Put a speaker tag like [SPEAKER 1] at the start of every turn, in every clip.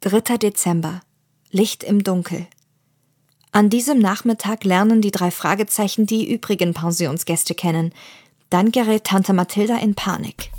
[SPEAKER 1] 3. Dezember. Licht im Dunkel. An diesem Nachmittag lernen die drei Fragezeichen die übrigen Pensionsgäste kennen. Dann gerät Tante Mathilda in Panik.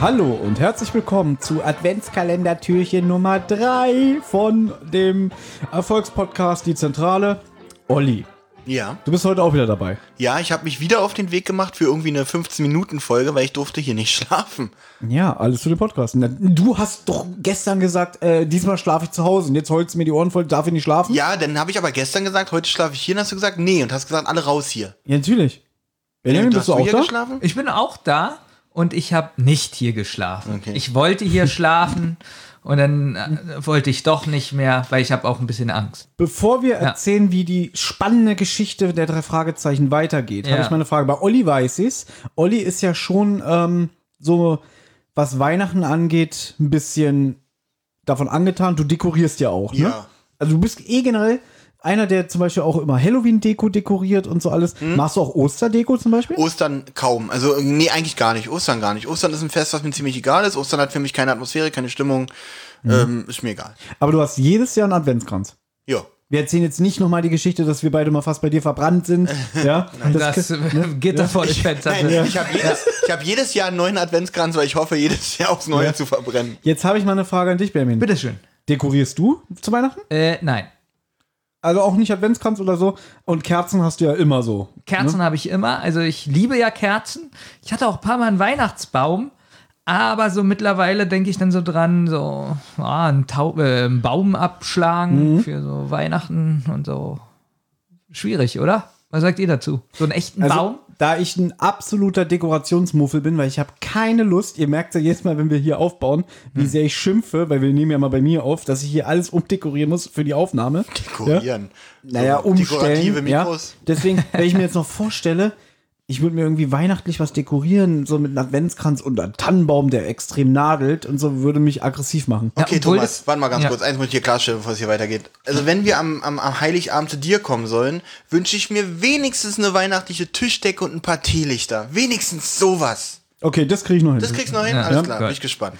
[SPEAKER 2] Hallo und herzlich willkommen zu Adventskalendertürchen Nummer 3 von dem Erfolgspodcast Die Zentrale. Olli,
[SPEAKER 3] Ja.
[SPEAKER 2] du bist heute auch wieder dabei.
[SPEAKER 3] Ja, ich habe mich wieder auf den Weg gemacht für irgendwie eine 15-Minuten-Folge, weil ich durfte hier nicht schlafen.
[SPEAKER 2] Ja, alles zu dem Podcast. Na, Du hast doch gestern gesagt, äh, diesmal schlafe ich zu Hause und jetzt holst du mir die Ohren voll, darf ich nicht schlafen?
[SPEAKER 3] Ja, dann habe ich aber gestern gesagt, heute schlafe ich hier. Und hast du gesagt, nee. Und hast gesagt, alle raus hier.
[SPEAKER 2] Ja, natürlich. Benjamin,
[SPEAKER 3] Und
[SPEAKER 2] bist du auch
[SPEAKER 3] Äh, hier
[SPEAKER 2] da?
[SPEAKER 3] geschlafen?
[SPEAKER 4] Ich bin auch da und ich habe nicht hier geschlafen.
[SPEAKER 3] Okay.
[SPEAKER 4] Ich wollte hier schlafen und dann äh, wollte ich doch nicht mehr, weil ich habe auch ein bisschen Angst.
[SPEAKER 2] Bevor wir erzählen, wie die spannende Geschichte der drei Fragezeichen weitergeht, habe
[SPEAKER 4] Ja.
[SPEAKER 2] ich mal eine Frage. Bei Olli weiß ich's. Olli ist ja schon ähm, so, was Weihnachten angeht, ein bisschen davon angetan. Du dekorierst ja auch, ne?
[SPEAKER 3] Ja.
[SPEAKER 2] Also du bist eh generell einer, der zum Beispiel auch immer Halloween-Deko dekoriert und so alles. Machst du auch Osterdeko zum Beispiel?
[SPEAKER 3] Ostern kaum. Also, nee, eigentlich gar nicht. Ostern gar nicht. Ostern ist ein Fest, was mir ziemlich egal ist. Ostern hat für mich keine Atmosphäre, keine Stimmung.
[SPEAKER 2] Mhm.
[SPEAKER 3] Ähm, ist mir egal.
[SPEAKER 2] Aber du hast jedes Jahr einen Adventskranz.
[SPEAKER 3] Ja.
[SPEAKER 2] Wir erzählen jetzt nicht nochmal die Geschichte, dass wir beide mal fast bei dir verbrannt sind. Ja,
[SPEAKER 4] Das, äh, Gitter vor dem Fenster.
[SPEAKER 3] Nein, ich habe jedes, ich hab jedes Jahr einen neuen Adventskranz, weil ich hoffe, jedes Jahr aufs Neue zu verbrennen.
[SPEAKER 2] Jetzt habe ich mal eine Frage an dich, Benjamin.
[SPEAKER 4] Bitteschön.
[SPEAKER 2] Dekorierst du zu Weihnachten?
[SPEAKER 4] Äh, nein.
[SPEAKER 2] Also auch nicht Adventskranz oder so. Und Kerzen hast du ja immer so.
[SPEAKER 4] Kerzen habe ich immer. Also ich liebe ja Kerzen. Ich hatte auch ein paar Mal einen Weihnachtsbaum. Aber so mittlerweile denke ich dann so dran, so ah, einen, Tau äh, einen Baum abschlagen für so Weihnachten und so. Schwierig, oder? Was sagt ihr dazu? So einen echten
[SPEAKER 2] Also,
[SPEAKER 4] Baum?
[SPEAKER 2] Da ich ein absoluter Dekorationsmuffel bin, weil ich habe keine Lust, ihr merkt ja jedes Mal, wenn wir hier aufbauen,
[SPEAKER 4] Hm.
[SPEAKER 2] wie sehr ich schimpfe, weil wir nehmen ja mal bei mir auf, dass ich hier alles umdekorieren muss für die Aufnahme. Ja?
[SPEAKER 3] Dekorieren.
[SPEAKER 2] Naja,
[SPEAKER 3] So
[SPEAKER 2] umstellen.
[SPEAKER 3] Dekorative
[SPEAKER 2] Ja?
[SPEAKER 3] Mikros.
[SPEAKER 2] Deswegen, wenn ich mir jetzt noch vorstelle, ich würde mir irgendwie weihnachtlich was dekorieren, so mit einem Adventskranz und einem Tannenbaum, der extrem nadelt und so würde mich aggressiv machen.
[SPEAKER 4] Ja,
[SPEAKER 3] Okay,
[SPEAKER 4] obwohl
[SPEAKER 3] Thomas,
[SPEAKER 4] das-
[SPEAKER 3] warte mal ganz
[SPEAKER 4] ja.
[SPEAKER 3] kurz. Eins muss ich hier klarstellen, bevor es hier weitergeht. Also, wenn wir am, am, am Heiligabend zu dir kommen sollen, wünsche ich mir wenigstens eine weihnachtliche Tischdecke und ein paar Teelichter. Wenigstens sowas.
[SPEAKER 2] Okay, das kriege ich noch hin.
[SPEAKER 3] Das kriegst du noch hin?
[SPEAKER 4] Ja.
[SPEAKER 3] Alles
[SPEAKER 4] Ja.
[SPEAKER 3] klar,
[SPEAKER 4] Geil.
[SPEAKER 3] bin ich gespannt.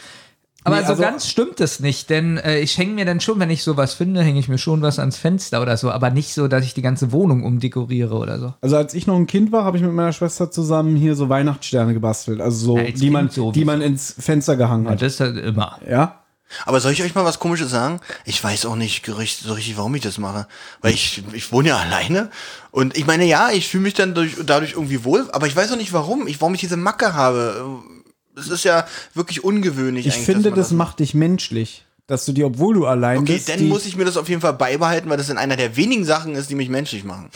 [SPEAKER 4] Aber
[SPEAKER 2] Nee,
[SPEAKER 4] so
[SPEAKER 2] also-
[SPEAKER 4] ganz stimmt es nicht, denn äh, ich hänge mir dann schon, wenn ich sowas finde, hänge ich mir schon was ans Fenster oder so, aber nicht so, dass ich die ganze Wohnung umdekoriere oder so.
[SPEAKER 2] Also als ich noch ein Kind war, habe ich mit meiner Schwester zusammen hier so Weihnachtssterne gebastelt. Also so,
[SPEAKER 4] Ja, als
[SPEAKER 2] die, man,
[SPEAKER 4] Kind sowieso.
[SPEAKER 2] die man ins Fenster gehangen
[SPEAKER 4] Und
[SPEAKER 2] hat.
[SPEAKER 4] das ist halt immer.
[SPEAKER 2] Ja?
[SPEAKER 3] Aber soll ich euch mal was Komisches sagen? Ich weiß auch nicht gericht- so richtig, warum ich das mache. Weil ich, ich wohne ja alleine. Und ich meine, ja, ich fühle mich dann durch, dadurch irgendwie wohl, aber ich weiß auch nicht warum. Ich, warum ich diese Macke habe. Es ist ja wirklich ungewöhnlich.
[SPEAKER 2] Ich
[SPEAKER 3] eigentlich, dass
[SPEAKER 2] finde,
[SPEAKER 3] man
[SPEAKER 2] das macht dich menschlich. Dass du dir, obwohl du allein
[SPEAKER 3] Okay,
[SPEAKER 2] bist,
[SPEAKER 3] dann
[SPEAKER 2] die,
[SPEAKER 3] muss ich mir das auf jeden Fall beibehalten, weil das in einer der wenigen Sachen ist, die mich menschlich machen.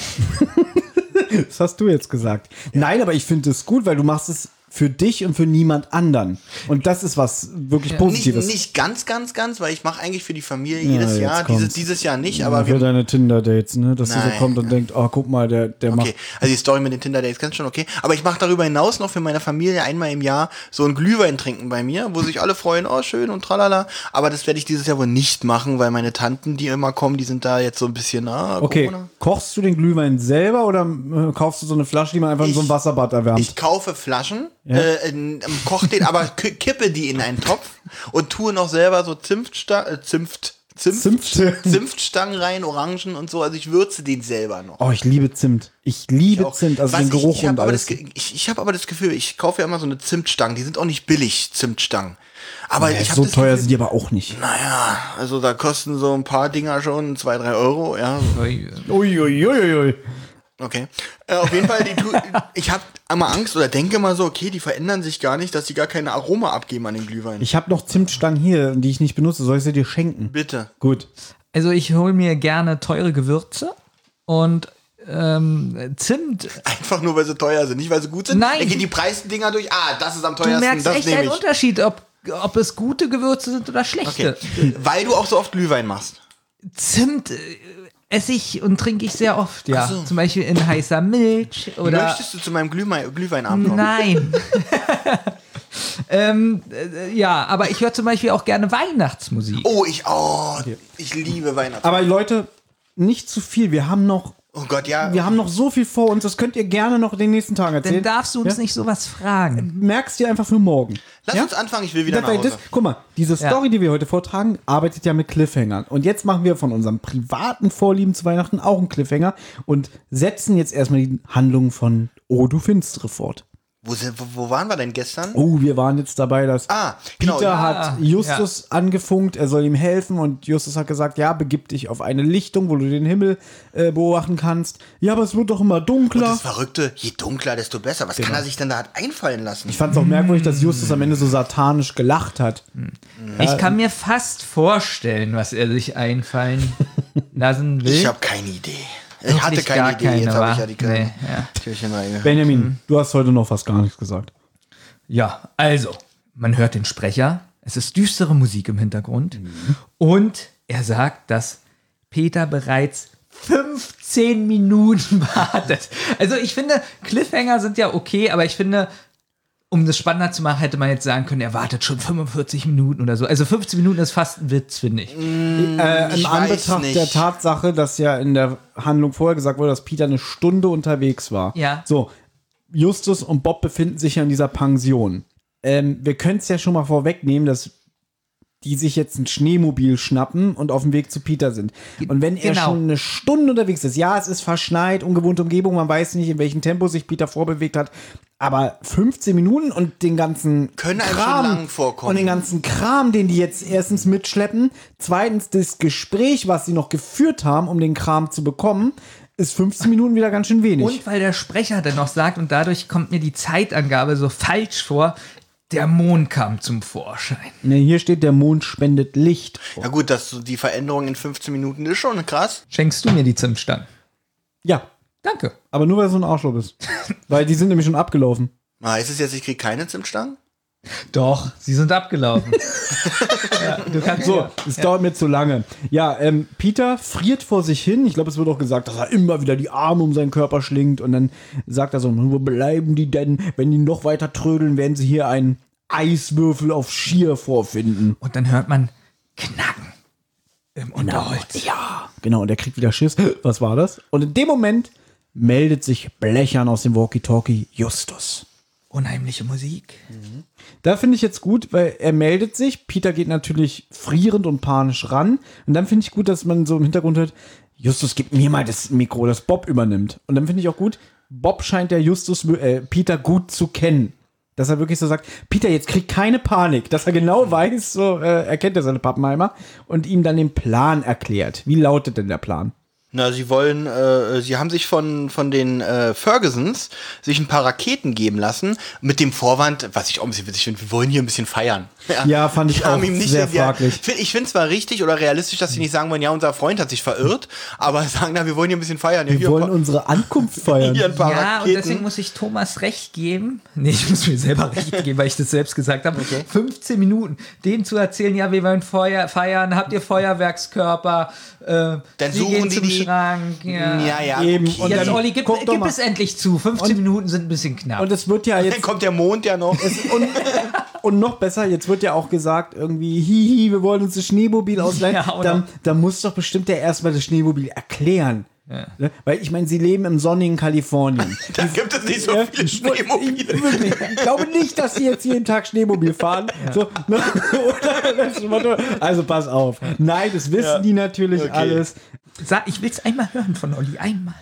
[SPEAKER 2] das hast du jetzt gesagt. Nein, aber ich finde es gut, weil du machst es für dich und für niemand anderen. Und das ist was wirklich
[SPEAKER 3] Nicht,
[SPEAKER 2] Positives.
[SPEAKER 3] nicht ganz, ganz, ganz, weil ich mache eigentlich für die Familie
[SPEAKER 2] Ja,
[SPEAKER 3] jedes
[SPEAKER 2] jetzt
[SPEAKER 3] Jahr, dieses,
[SPEAKER 2] kommt's.
[SPEAKER 3] dieses Jahr nicht,
[SPEAKER 2] aber
[SPEAKER 3] aber
[SPEAKER 2] für
[SPEAKER 3] wir,
[SPEAKER 2] deine Tinder-Dates, ne? Dass du
[SPEAKER 3] Nein.
[SPEAKER 2] so kommt und denkt, oh, guck mal, der, der
[SPEAKER 3] okay,
[SPEAKER 2] macht.
[SPEAKER 3] also die Story mit den Tinder-Dates ganz schon okay, aber ich mache darüber hinaus noch für meine Familie einmal im Jahr so ein Glühwein trinken bei mir, wo sich alle freuen, oh schön und tralala, aber das werde ich dieses Jahr wohl nicht machen, weil meine Tanten, die immer kommen, die sind da jetzt so ein bisschen, ah,
[SPEAKER 2] Okay,
[SPEAKER 3] Corona.
[SPEAKER 2] kochst du den Glühwein selber oder äh, kaufst du so eine Flasche, die man einfach in so einem
[SPEAKER 3] Ich-
[SPEAKER 2] Wasserbad erwärmt?
[SPEAKER 3] Ich kaufe Flaschen, äh, in, ähm, koch den, aber k- kippe die in einen Topf und tue noch selber so Zimtsta äh, Zimft, Zimt,
[SPEAKER 2] Zimte.
[SPEAKER 3] Zimtstangen rein, Orangen und so. Also ich würze den selber noch.
[SPEAKER 2] Oh, ich liebe Zimt. Ich liebe
[SPEAKER 3] auch.
[SPEAKER 2] Zimt, also
[SPEAKER 3] Was
[SPEAKER 2] den
[SPEAKER 3] ich-
[SPEAKER 2] Geruch
[SPEAKER 3] ich, hab
[SPEAKER 2] und
[SPEAKER 3] aber
[SPEAKER 2] alles.
[SPEAKER 3] Das, Ge- ich ich habe aber das Gefühl, ich kaufe ja immer so eine Zimtstangen. Die sind auch nicht billig, Zimtstangen. Aber
[SPEAKER 2] Ja,
[SPEAKER 3] ich habe
[SPEAKER 2] Äh, so
[SPEAKER 3] das
[SPEAKER 2] teuer
[SPEAKER 3] Gefühl,
[SPEAKER 2] sind die aber auch nicht.
[SPEAKER 3] Naja, also da kosten so ein paar Dinger schon zwei, drei Euro. Ja,
[SPEAKER 4] Ui.
[SPEAKER 2] Uiuiuiui.
[SPEAKER 3] Okay. Äh, auf jeden Fall, die tu ich habe immer Angst oder denke mal so, okay, die verändern sich gar nicht, dass die gar keine Aroma abgeben an den Glühwein.
[SPEAKER 2] Ich habe noch Zimtstangen hier, die ich nicht benutze. Soll ich sie dir schenken?
[SPEAKER 3] Bitte.
[SPEAKER 2] Gut.
[SPEAKER 4] Also ich hole mir gerne teure Gewürze und ähm, Zimt.
[SPEAKER 3] Einfach nur, weil sie teuer sind, nicht weil sie gut sind.
[SPEAKER 4] Nein.
[SPEAKER 3] Dann gehen die Preisdinger durch. Ah, das ist am
[SPEAKER 4] Du
[SPEAKER 3] teuersten,
[SPEAKER 4] merkst
[SPEAKER 3] das
[SPEAKER 4] echt
[SPEAKER 3] nehme
[SPEAKER 4] einen
[SPEAKER 3] ich.
[SPEAKER 4] Unterschied, ob, ob es gute Gewürze sind oder
[SPEAKER 3] Okay.
[SPEAKER 4] schlechte.
[SPEAKER 3] Weil du auch so oft Glühwein machst.
[SPEAKER 4] Zimt äh, esse ich und trinke ich sehr oft, ja.
[SPEAKER 3] so.
[SPEAKER 4] Zum Beispiel in heißer Milch oder.
[SPEAKER 3] Möchtest du zu meinem Glühwein Glühweinabend kommen?
[SPEAKER 4] Nein. ähm, äh, ja, aber ich höre zum Beispiel auch gerne Weihnachtsmusik.
[SPEAKER 3] Oh, ich, oh, ich liebe Weihnachten.
[SPEAKER 2] Aber Leute, nicht zu viel. Wir haben noch,
[SPEAKER 3] Oh Gott, ja.
[SPEAKER 2] wir haben noch so viel vor uns. Das könnt ihr gerne noch in den nächsten Tagen
[SPEAKER 4] Dann
[SPEAKER 2] erzählen.
[SPEAKER 4] darfst du uns nicht sowas fragen.
[SPEAKER 2] Merkst dir einfach für morgen.
[SPEAKER 3] Lass
[SPEAKER 2] Ja?
[SPEAKER 3] uns anfangen, ich will wieder
[SPEAKER 2] Das-
[SPEAKER 3] nach Hause.
[SPEAKER 2] das, guck mal, diese Story, die wir heute vortragen, arbeitet ja mit Cliffhängern. Und jetzt machen wir von unserem privaten Vorlieben zu Weihnachten auch einen Cliffhanger und setzen jetzt erstmal die Handlung von Oh, du Finstere fort.
[SPEAKER 3] Wo, sind- wo- wo waren wir denn gestern?
[SPEAKER 2] Oh, wir waren jetzt dabei, dass
[SPEAKER 3] Ah, genau.
[SPEAKER 2] Peter hat Justus angefunkt, er soll ihm helfen und Justus hat gesagt, ja, begib dich auf eine Lichtung, wo du den Himmel äh, beobachten kannst. Ja, aber es wird doch immer
[SPEAKER 3] Und
[SPEAKER 2] dunkler.
[SPEAKER 3] das Verrückte, je dunkler, desto besser. Was
[SPEAKER 4] Genau.
[SPEAKER 3] kann er sich denn da hat einfallen lassen?
[SPEAKER 2] ich fand es auch merkwürdig, dass Justus am Ende so satanisch gelacht hat.
[SPEAKER 3] Mhm.
[SPEAKER 4] Ich kann mir fast vorstellen, was er sich einfallen lassen will.
[SPEAKER 3] Ich habe keine Idee. Ich
[SPEAKER 4] Wirklich
[SPEAKER 3] hatte keine
[SPEAKER 4] gar
[SPEAKER 3] Idee,
[SPEAKER 4] keine,
[SPEAKER 3] jetzt habe ich
[SPEAKER 4] wa?
[SPEAKER 3] ja die Kirche.
[SPEAKER 4] Nee, ja.
[SPEAKER 3] Kirche neu gehört.
[SPEAKER 2] Benjamin, du hast heute noch fast gar nichts gesagt.
[SPEAKER 4] Ja, also, man hört den Sprecher, es ist düstere Musik im Hintergrund und er sagt, dass Peter bereits 15 Minuten wartet. Also ich finde, Cliffhanger sind ja okay, aber ich finde, um das spannender zu machen, hätte man jetzt sagen können, er wartet schon 45 Minuten oder so. Also 15 Minuten ist fast ein Witz, finde ich.
[SPEAKER 2] Äh, Im
[SPEAKER 3] Ich weiß
[SPEAKER 2] Anbetracht
[SPEAKER 3] nicht.
[SPEAKER 2] der Tatsache, dass ja in der Handlung vorher gesagt wurde, dass Peter eine Stunde unterwegs war.
[SPEAKER 4] Ja.
[SPEAKER 2] So, Justus und Bob befinden sich ja in dieser Pension. Ähm, wir können es ja schon mal vorwegnehmen, dass die sich jetzt ein Schneemobil schnappen und auf dem Weg zu Peter sind. Und wenn er
[SPEAKER 4] genau.
[SPEAKER 2] schon eine Stunde unterwegs ist, ja, es ist verschneit, ungewohnte Umgebung, man weiß nicht, in welchem Tempo sich Peter vorbewegt hat, aber 15 Minuten und den ganzen
[SPEAKER 3] Können einem schon
[SPEAKER 2] Kram
[SPEAKER 3] lang vorkommen.
[SPEAKER 2] und den ganzen Kram, den die jetzt erstens mitschleppen, zweitens das Gespräch, was sie noch geführt haben, um den Kram zu bekommen, ist 15 Minuten wieder ganz schön wenig.
[SPEAKER 4] Und weil der Sprecher dann noch sagt, und dadurch kommt mir die Zeitangabe so falsch vor, der Mond kam zum Vorschein.
[SPEAKER 2] Ne, hier steht, der Mond spendet Licht.
[SPEAKER 3] Ja gut, dass du die Veränderung in 15 Minuten ist schon krass.
[SPEAKER 4] Schenkst du mir die Zimtstangen?
[SPEAKER 2] Ja,
[SPEAKER 4] Danke.
[SPEAKER 2] aber nur weil du so ein Arschloch bist. weil die sind nämlich schon abgelaufen.
[SPEAKER 3] Na, Heißt Ah, es jetzt, ich krieg keine Zimtstangen?
[SPEAKER 4] Doch, sie sind abgelaufen. ja, du kannst
[SPEAKER 2] So,
[SPEAKER 4] so.
[SPEAKER 2] es dauert mir zu lange. Ja, ähm, Peter friert vor sich hin. Ich glaube, es wird auch gesagt, dass er immer wieder die Arme um seinen Körper schlingt. Und dann sagt er so, "Hm, wo bleiben die denn? Wenn die noch weiter trödeln, werden sie hier einen Eiswürfel auf Schier vorfinden.
[SPEAKER 4] Und dann hört man Knacken im Unterholz.
[SPEAKER 2] Ja. Genau, und er kriegt wieder Schiss. Was war das? Und in dem Moment meldet sich blechern aus dem Walkie-Talkie Justus.
[SPEAKER 4] Unheimliche Musik.
[SPEAKER 2] Da finde ich jetzt gut, weil er meldet sich. Peter geht natürlich frierend und panisch ran. Und dann finde ich gut, dass man so im Hintergrund hört, Justus, gib mir mal das Mikro, das Bob übernimmt. Und dann finde ich auch gut, Bob scheint der Justus, äh, Peter gut zu kennen. Dass er wirklich so sagt, Peter, jetzt krieg keine Panik. Dass er genau weiß, so äh, erkennt er seine Pappenheimer und ihm dann den Plan erklärt. Wie lautet denn der Plan?
[SPEAKER 3] Na, sie wollen, äh, sie haben sich von, von den äh, Fergusons sich ein paar Raketen geben lassen, mit dem Vorwand, was ich auch ein bisschen witzig finde, wir wollen hier ein bisschen feiern.
[SPEAKER 2] Ja, fand ich
[SPEAKER 3] Die haben
[SPEAKER 2] auch sehr
[SPEAKER 3] ja,
[SPEAKER 2] fraglich.
[SPEAKER 3] Find- Ich finde zwar richtig oder realistisch, dass sie nicht sagen wollen, ja, unser Freund hat sich verirrt, aber sagen, na, wir wollen hier ein bisschen feiern. Ja,
[SPEAKER 2] Wir
[SPEAKER 3] hier ein
[SPEAKER 2] wollen
[SPEAKER 3] paar-
[SPEAKER 2] unsere Ankunft feiern.
[SPEAKER 3] hier ein paar
[SPEAKER 4] Ja, und
[SPEAKER 3] Raketen.
[SPEAKER 4] deswegen muss ich Thomas recht geben. Nee, ich muss mir selber recht geben, weil ich das selbst gesagt habe. 15 Minuten, dem zu erzählen, ja, wir wollen Feuer feiern, habt ihr Feuerwerkskörper, äh,
[SPEAKER 3] Dann
[SPEAKER 4] sie
[SPEAKER 3] suchen
[SPEAKER 4] gehen
[SPEAKER 3] die
[SPEAKER 4] zum
[SPEAKER 3] die-
[SPEAKER 4] Schrank. Ja.
[SPEAKER 3] ja, ja,
[SPEAKER 2] Eben.
[SPEAKER 3] okay.
[SPEAKER 2] Und
[SPEAKER 4] Jetzt,
[SPEAKER 2] dann-
[SPEAKER 4] Olli, gib,
[SPEAKER 2] guck doch
[SPEAKER 4] gib
[SPEAKER 2] mal.
[SPEAKER 4] es endlich zu. 15 Minuten sind ein bisschen knapp.
[SPEAKER 2] Und es wird ja jetzt
[SPEAKER 3] Dann kommt der Mond ja noch.
[SPEAKER 2] Und, und noch besser, jetzt wird ja auch gesagt, irgendwie, hihi, wir wollen uns das Schneemobil ausleihen.
[SPEAKER 4] Ja, oder?
[SPEAKER 2] dann, dann muss doch bestimmt der erstmal das Schneemobil erklären. Ne? Weil ich meine, sie leben im sonnigen Kalifornien. Ne?
[SPEAKER 3] Da gibt es nicht so viele Schneemobile.
[SPEAKER 2] Ich, wirklich, ich glaube nicht, dass sie jetzt jeden Tag Schneemobil fahren. So, ne? Oder das Motto, also pass auf. Nein, das wissen die natürlich alles.
[SPEAKER 4] Sag, ich will es einmal hören von Olli, einmal.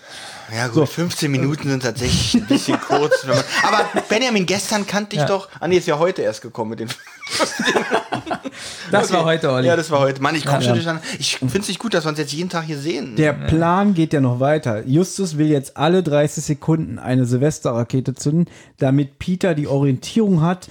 [SPEAKER 3] Ja gut, 15 Minuten sind tatsächlich ein bisschen kurz. Wenn man, aber Benjamin, gestern kannte ich doch. Ah nee, ist ja heute erst gekommen mit den.
[SPEAKER 4] Das war heute, Olli.
[SPEAKER 3] Ja, das war heute. Mann, ich komme schon durcheinander. Ich finde es nicht gut, dass wir uns jetzt jeden Tag hier sehen.
[SPEAKER 2] Der Plan geht ja noch weiter. Justus will jetzt alle 30 Sekunden eine Silvesterrakete zünden, damit Peter die Orientierung hat,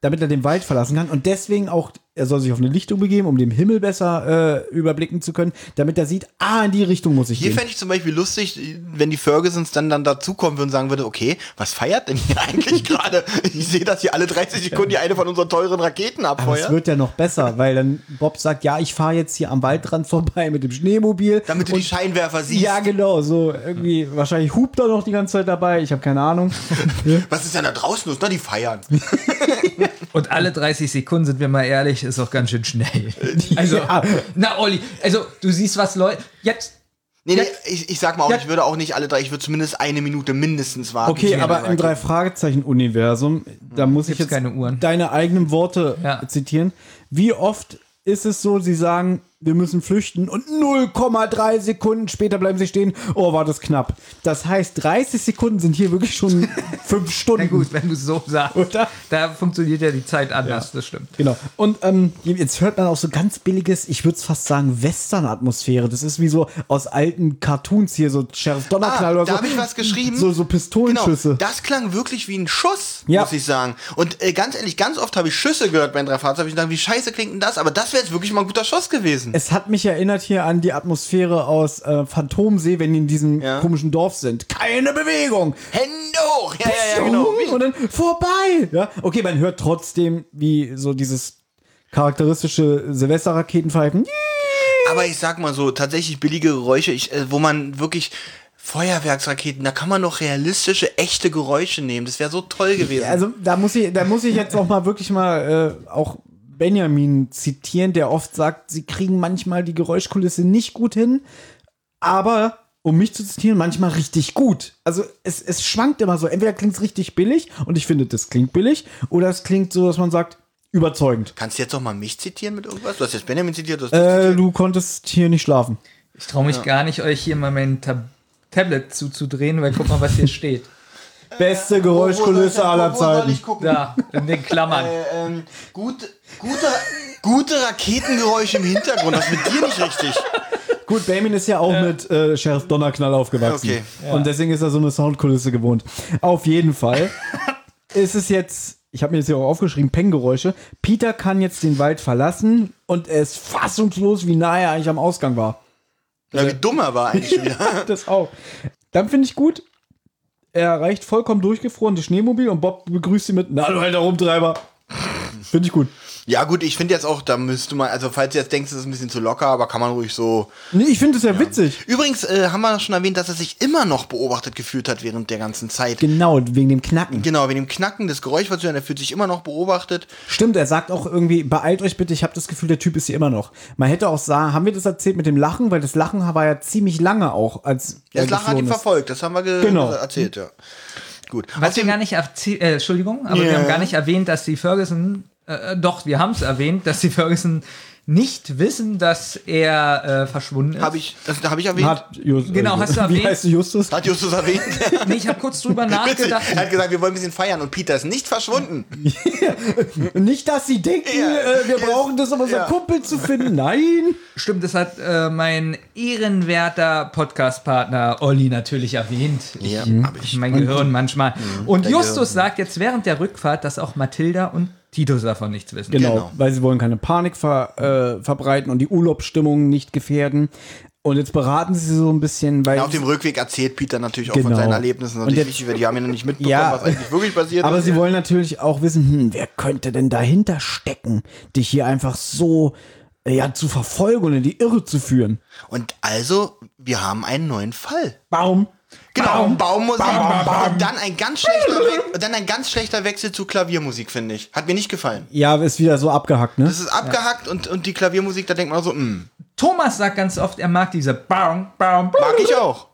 [SPEAKER 2] damit er den Wald verlassen kann und deswegen auch, er soll sich auf eine Lichtung begeben, um den Himmel besser äh, überblicken zu können, damit er sieht, ah, in die Richtung muss ich
[SPEAKER 3] Hier
[SPEAKER 2] gehen.
[SPEAKER 3] fände ich zum Beispiel lustig, wenn die Fergusons dann, dann dazukommen würden und sagen würde, okay, was feiert denn hier eigentlich gerade? Ich sehe, dass hier alle 30 Sekunden hier eine von unseren teuren Raketen
[SPEAKER 2] Aber es
[SPEAKER 3] abfeuert.
[SPEAKER 2] wird ja noch besser, weil dann Bob sagt, ja, ich fahre jetzt hier am Waldrand vorbei mit dem Schneemobil.
[SPEAKER 3] Damit du die Scheinwerfer siehst.
[SPEAKER 2] Ja, genau, so irgendwie, wahrscheinlich hupt er noch die ganze Zeit dabei, ich habe keine Ahnung.
[SPEAKER 3] Was ist denn da draußen los? Na, die feiern.
[SPEAKER 4] Und alle 30 Sekunden, sind wir mal ehrlich, ist auch ganz schön schnell. Also,
[SPEAKER 2] Ja.
[SPEAKER 4] na Olli, also du siehst, was Leute. Jetzt.
[SPEAKER 3] Nee, nee,
[SPEAKER 4] Ja.
[SPEAKER 3] ich, ich sag mal auch,
[SPEAKER 4] Ja.
[SPEAKER 3] ich würde auch nicht alle drei, ich würde zumindest eine Minute mindestens warten.
[SPEAKER 2] Okay, aber
[SPEAKER 3] also
[SPEAKER 2] im Drei-Fragezeichen-Universum, da muss ich jetzt
[SPEAKER 4] Gibt's keine Uhren.
[SPEAKER 2] deine eigenen Worte
[SPEAKER 4] Ja.
[SPEAKER 2] zitieren. Wie oft ist es so, sie sagen, wir müssen flüchten und 0,3 Sekunden später bleiben sie stehen. Oh, war das knapp. Das heißt, 30 Sekunden sind hier wirklich schon fünf Stunden.
[SPEAKER 4] Na gut, wenn du es so sagst.
[SPEAKER 2] Oder?
[SPEAKER 4] Da funktioniert ja die Zeit anders, das stimmt.
[SPEAKER 2] Genau. Und ähm, jetzt hört man auch so ganz billiges, ich würde es fast sagen, Western-Atmosphäre. Das ist wie so aus alten Cartoons hier, so Sheriff Donnerknall
[SPEAKER 3] Ah,
[SPEAKER 2] oder
[SPEAKER 3] da
[SPEAKER 2] so.
[SPEAKER 3] habe ich was geschrieben.
[SPEAKER 2] So, so Pistolenschüsse.
[SPEAKER 3] Genau, das klang wirklich wie ein Schuss,
[SPEAKER 2] Ja.
[SPEAKER 3] muss ich sagen. Und äh, ganz ehrlich, ganz oft habe ich Schüsse gehört bei den drei Fahrzeugen. Ich dachte, wie scheiße klingt denn das? Aber das wäre jetzt wirklich mal ein guter Schuss gewesen.
[SPEAKER 2] Es hat mich erinnert hier an die Atmosphäre aus äh, Phantomsee, wenn die in diesem
[SPEAKER 3] Ja.
[SPEAKER 2] komischen Dorf sind. Keine Bewegung.
[SPEAKER 3] Hände hoch! Ja, ja, ja, genau.
[SPEAKER 2] Und dann vorbei. Ja, okay, man hört trotzdem, wie so dieses charakteristische Silvesterraketenpfeifen.
[SPEAKER 3] Aber ich sag mal so, tatsächlich billige Geräusche, ich, äh, wo man wirklich Feuerwerksraketen, da kann man noch realistische, echte Geräusche nehmen. Das wäre so toll gewesen.
[SPEAKER 2] Also da muss ich, da muss ich jetzt auch mal wirklich mal äh, auch Benjamin zitieren, der oft sagt, sie kriegen manchmal die Geräuschkulisse nicht gut hin, aber um mich zu zitieren, manchmal richtig gut. Also es, es schwankt immer so. Entweder klingt es richtig billig und ich finde, das klingt billig, oder es klingt so, dass man sagt, überzeugend.
[SPEAKER 3] Kannst du jetzt noch mal mich zitieren mit irgendwas? Du hast jetzt Benjamin zitiert, du hast dich
[SPEAKER 2] Äh,
[SPEAKER 3] zitiert.
[SPEAKER 2] du konntest hier nicht schlafen.
[SPEAKER 4] Ich traue mich gar nicht, euch hier mal mein Tab Tablet zuzudrehen, weil guck mal, was hier steht.
[SPEAKER 2] Beste
[SPEAKER 3] Äh, Wo soll ich
[SPEAKER 2] Geräuschkulisse
[SPEAKER 3] denn-
[SPEAKER 2] aller
[SPEAKER 3] wo soll
[SPEAKER 2] Zeiten.
[SPEAKER 3] ich gucken?
[SPEAKER 4] Da, in den Klammern.
[SPEAKER 3] Äh, ähm, gute, gute, gute Raketengeräusche im Hintergrund, das ist mit dir nicht richtig.
[SPEAKER 2] Gut, Bamin ist ja auch mit äh, Sheriff Donnerknall aufgewachsen.
[SPEAKER 3] Okay.
[SPEAKER 2] Und deswegen ist er so eine Soundkulisse gewohnt. Auf jeden Fall ist es jetzt, ich habe mir jetzt hier auch aufgeschrieben, Penggeräusche. Peter kann jetzt den Wald verlassen und er ist fassungslos, wie nah er eigentlich am Ausgang war.
[SPEAKER 3] Ja, wie dumm er war eigentlich schon wieder.
[SPEAKER 2] Das auch. Dann finde ich gut, er erreicht vollkommen durchgefroren das Schneemobil und Bob begrüßt ihn mit, na du alter Rumtreiber. Finde ich gut.
[SPEAKER 3] Ja gut, ich finde jetzt auch, da müsste man, also falls du jetzt denkst, es ist ein bisschen zu locker, aber kann man ruhig so.
[SPEAKER 2] Nee, ich finde es ja witzig.
[SPEAKER 3] Übrigens äh, haben wir schon erwähnt, dass er sich immer noch beobachtet gefühlt hat während der ganzen Zeit.
[SPEAKER 2] Genau, wegen dem Knacken.
[SPEAKER 3] Genau, wegen dem Knacken des Geräusch, was du hören, er fühlt sich immer noch beobachtet.
[SPEAKER 2] Stimmt, er sagt auch irgendwie, beeilt euch bitte, ich habe das Gefühl, der Typ ist hier immer noch. Man hätte auch sagen, haben wir das erzählt mit dem Lachen, weil das Lachen war ja ziemlich lange auch als
[SPEAKER 3] Das
[SPEAKER 2] er
[SPEAKER 3] Lachen hat
[SPEAKER 2] geflohen
[SPEAKER 3] ihn
[SPEAKER 2] ist.
[SPEAKER 3] verfolgt, das haben wir ge-
[SPEAKER 2] Genau.
[SPEAKER 3] erzählt, ja. Gut.
[SPEAKER 4] Was wir
[SPEAKER 3] Außerdem-
[SPEAKER 4] gar nicht erzäh- äh, Entschuldigung, aber wir
[SPEAKER 3] Ja.
[SPEAKER 4] haben gar nicht erwähnt, dass die Ferguson, äh, doch, wir haben es erwähnt, dass die Ferguson nicht wissen, dass er äh, verschwunden ist.
[SPEAKER 3] Hab ich, das habe ich erwähnt. Hat,
[SPEAKER 2] Hat Just,
[SPEAKER 4] Genau, hast du
[SPEAKER 2] Wie
[SPEAKER 4] erwähnt?
[SPEAKER 2] heißt du Justus?
[SPEAKER 3] Justus erwähnt?
[SPEAKER 4] Nee, ich habe kurz drüber
[SPEAKER 3] er
[SPEAKER 4] nachgedacht.
[SPEAKER 3] hat gesagt, wir wollen ein bisschen feiern und Peter ist nicht verschwunden.
[SPEAKER 2] Nicht, dass sie denken,
[SPEAKER 3] Ja.
[SPEAKER 2] äh, wir brauchen das, um unseren
[SPEAKER 3] Ja.
[SPEAKER 2] Kumpel zu finden. Nein.
[SPEAKER 4] Stimmt, das hat äh, mein ehrenwerter Podcast-Partner Olli natürlich erwähnt.
[SPEAKER 3] Ja, hab ich.
[SPEAKER 4] Mein Gehirn manchmal. Und
[SPEAKER 3] dein Gehirn.
[SPEAKER 4] Justus sagt jetzt während der Rückfahrt, dass auch Mathilda und Titus davon nichts wissen.
[SPEAKER 2] Genau,
[SPEAKER 3] Genau.
[SPEAKER 2] weil sie wollen keine Panik ver, äh, verbreiten und die Urlaubsstimmung nicht gefährden. Und jetzt beraten sie so ein bisschen, weil
[SPEAKER 3] Ja, auf dem Rückweg erzählt Peter natürlich auch von
[SPEAKER 2] Genau.
[SPEAKER 3] seinen Erlebnissen.
[SPEAKER 2] Und
[SPEAKER 3] Natürlich
[SPEAKER 2] jetzt-
[SPEAKER 3] wichtig, weil die haben ja noch nicht mitbekommen,
[SPEAKER 2] Ja.
[SPEAKER 3] was eigentlich wirklich passiert
[SPEAKER 2] Aber
[SPEAKER 3] ist.
[SPEAKER 2] sie wollen natürlich auch wissen, hm, wer könnte denn dahinter stecken, dich hier einfach so äh, ja, zu verfolgen und in die Irre zu führen.
[SPEAKER 3] Und also, wir haben einen neuen Fall.
[SPEAKER 2] Baum.
[SPEAKER 3] Genau, Baummusik
[SPEAKER 2] bam, bam.
[SPEAKER 3] und dann ein ganz schlechter We und dann ein ganz schlechter Wechsel zu Klaviermusik, finde ich. Hat mir nicht gefallen.
[SPEAKER 2] Ja, ist wieder so abgehackt, ne?
[SPEAKER 3] Das ist abgehackt und, und die Klaviermusik, da denkt man auch so, hm,
[SPEAKER 4] Thomas sagt ganz oft, er mag diese Baum, Baum, Baum.
[SPEAKER 3] mag ich auch.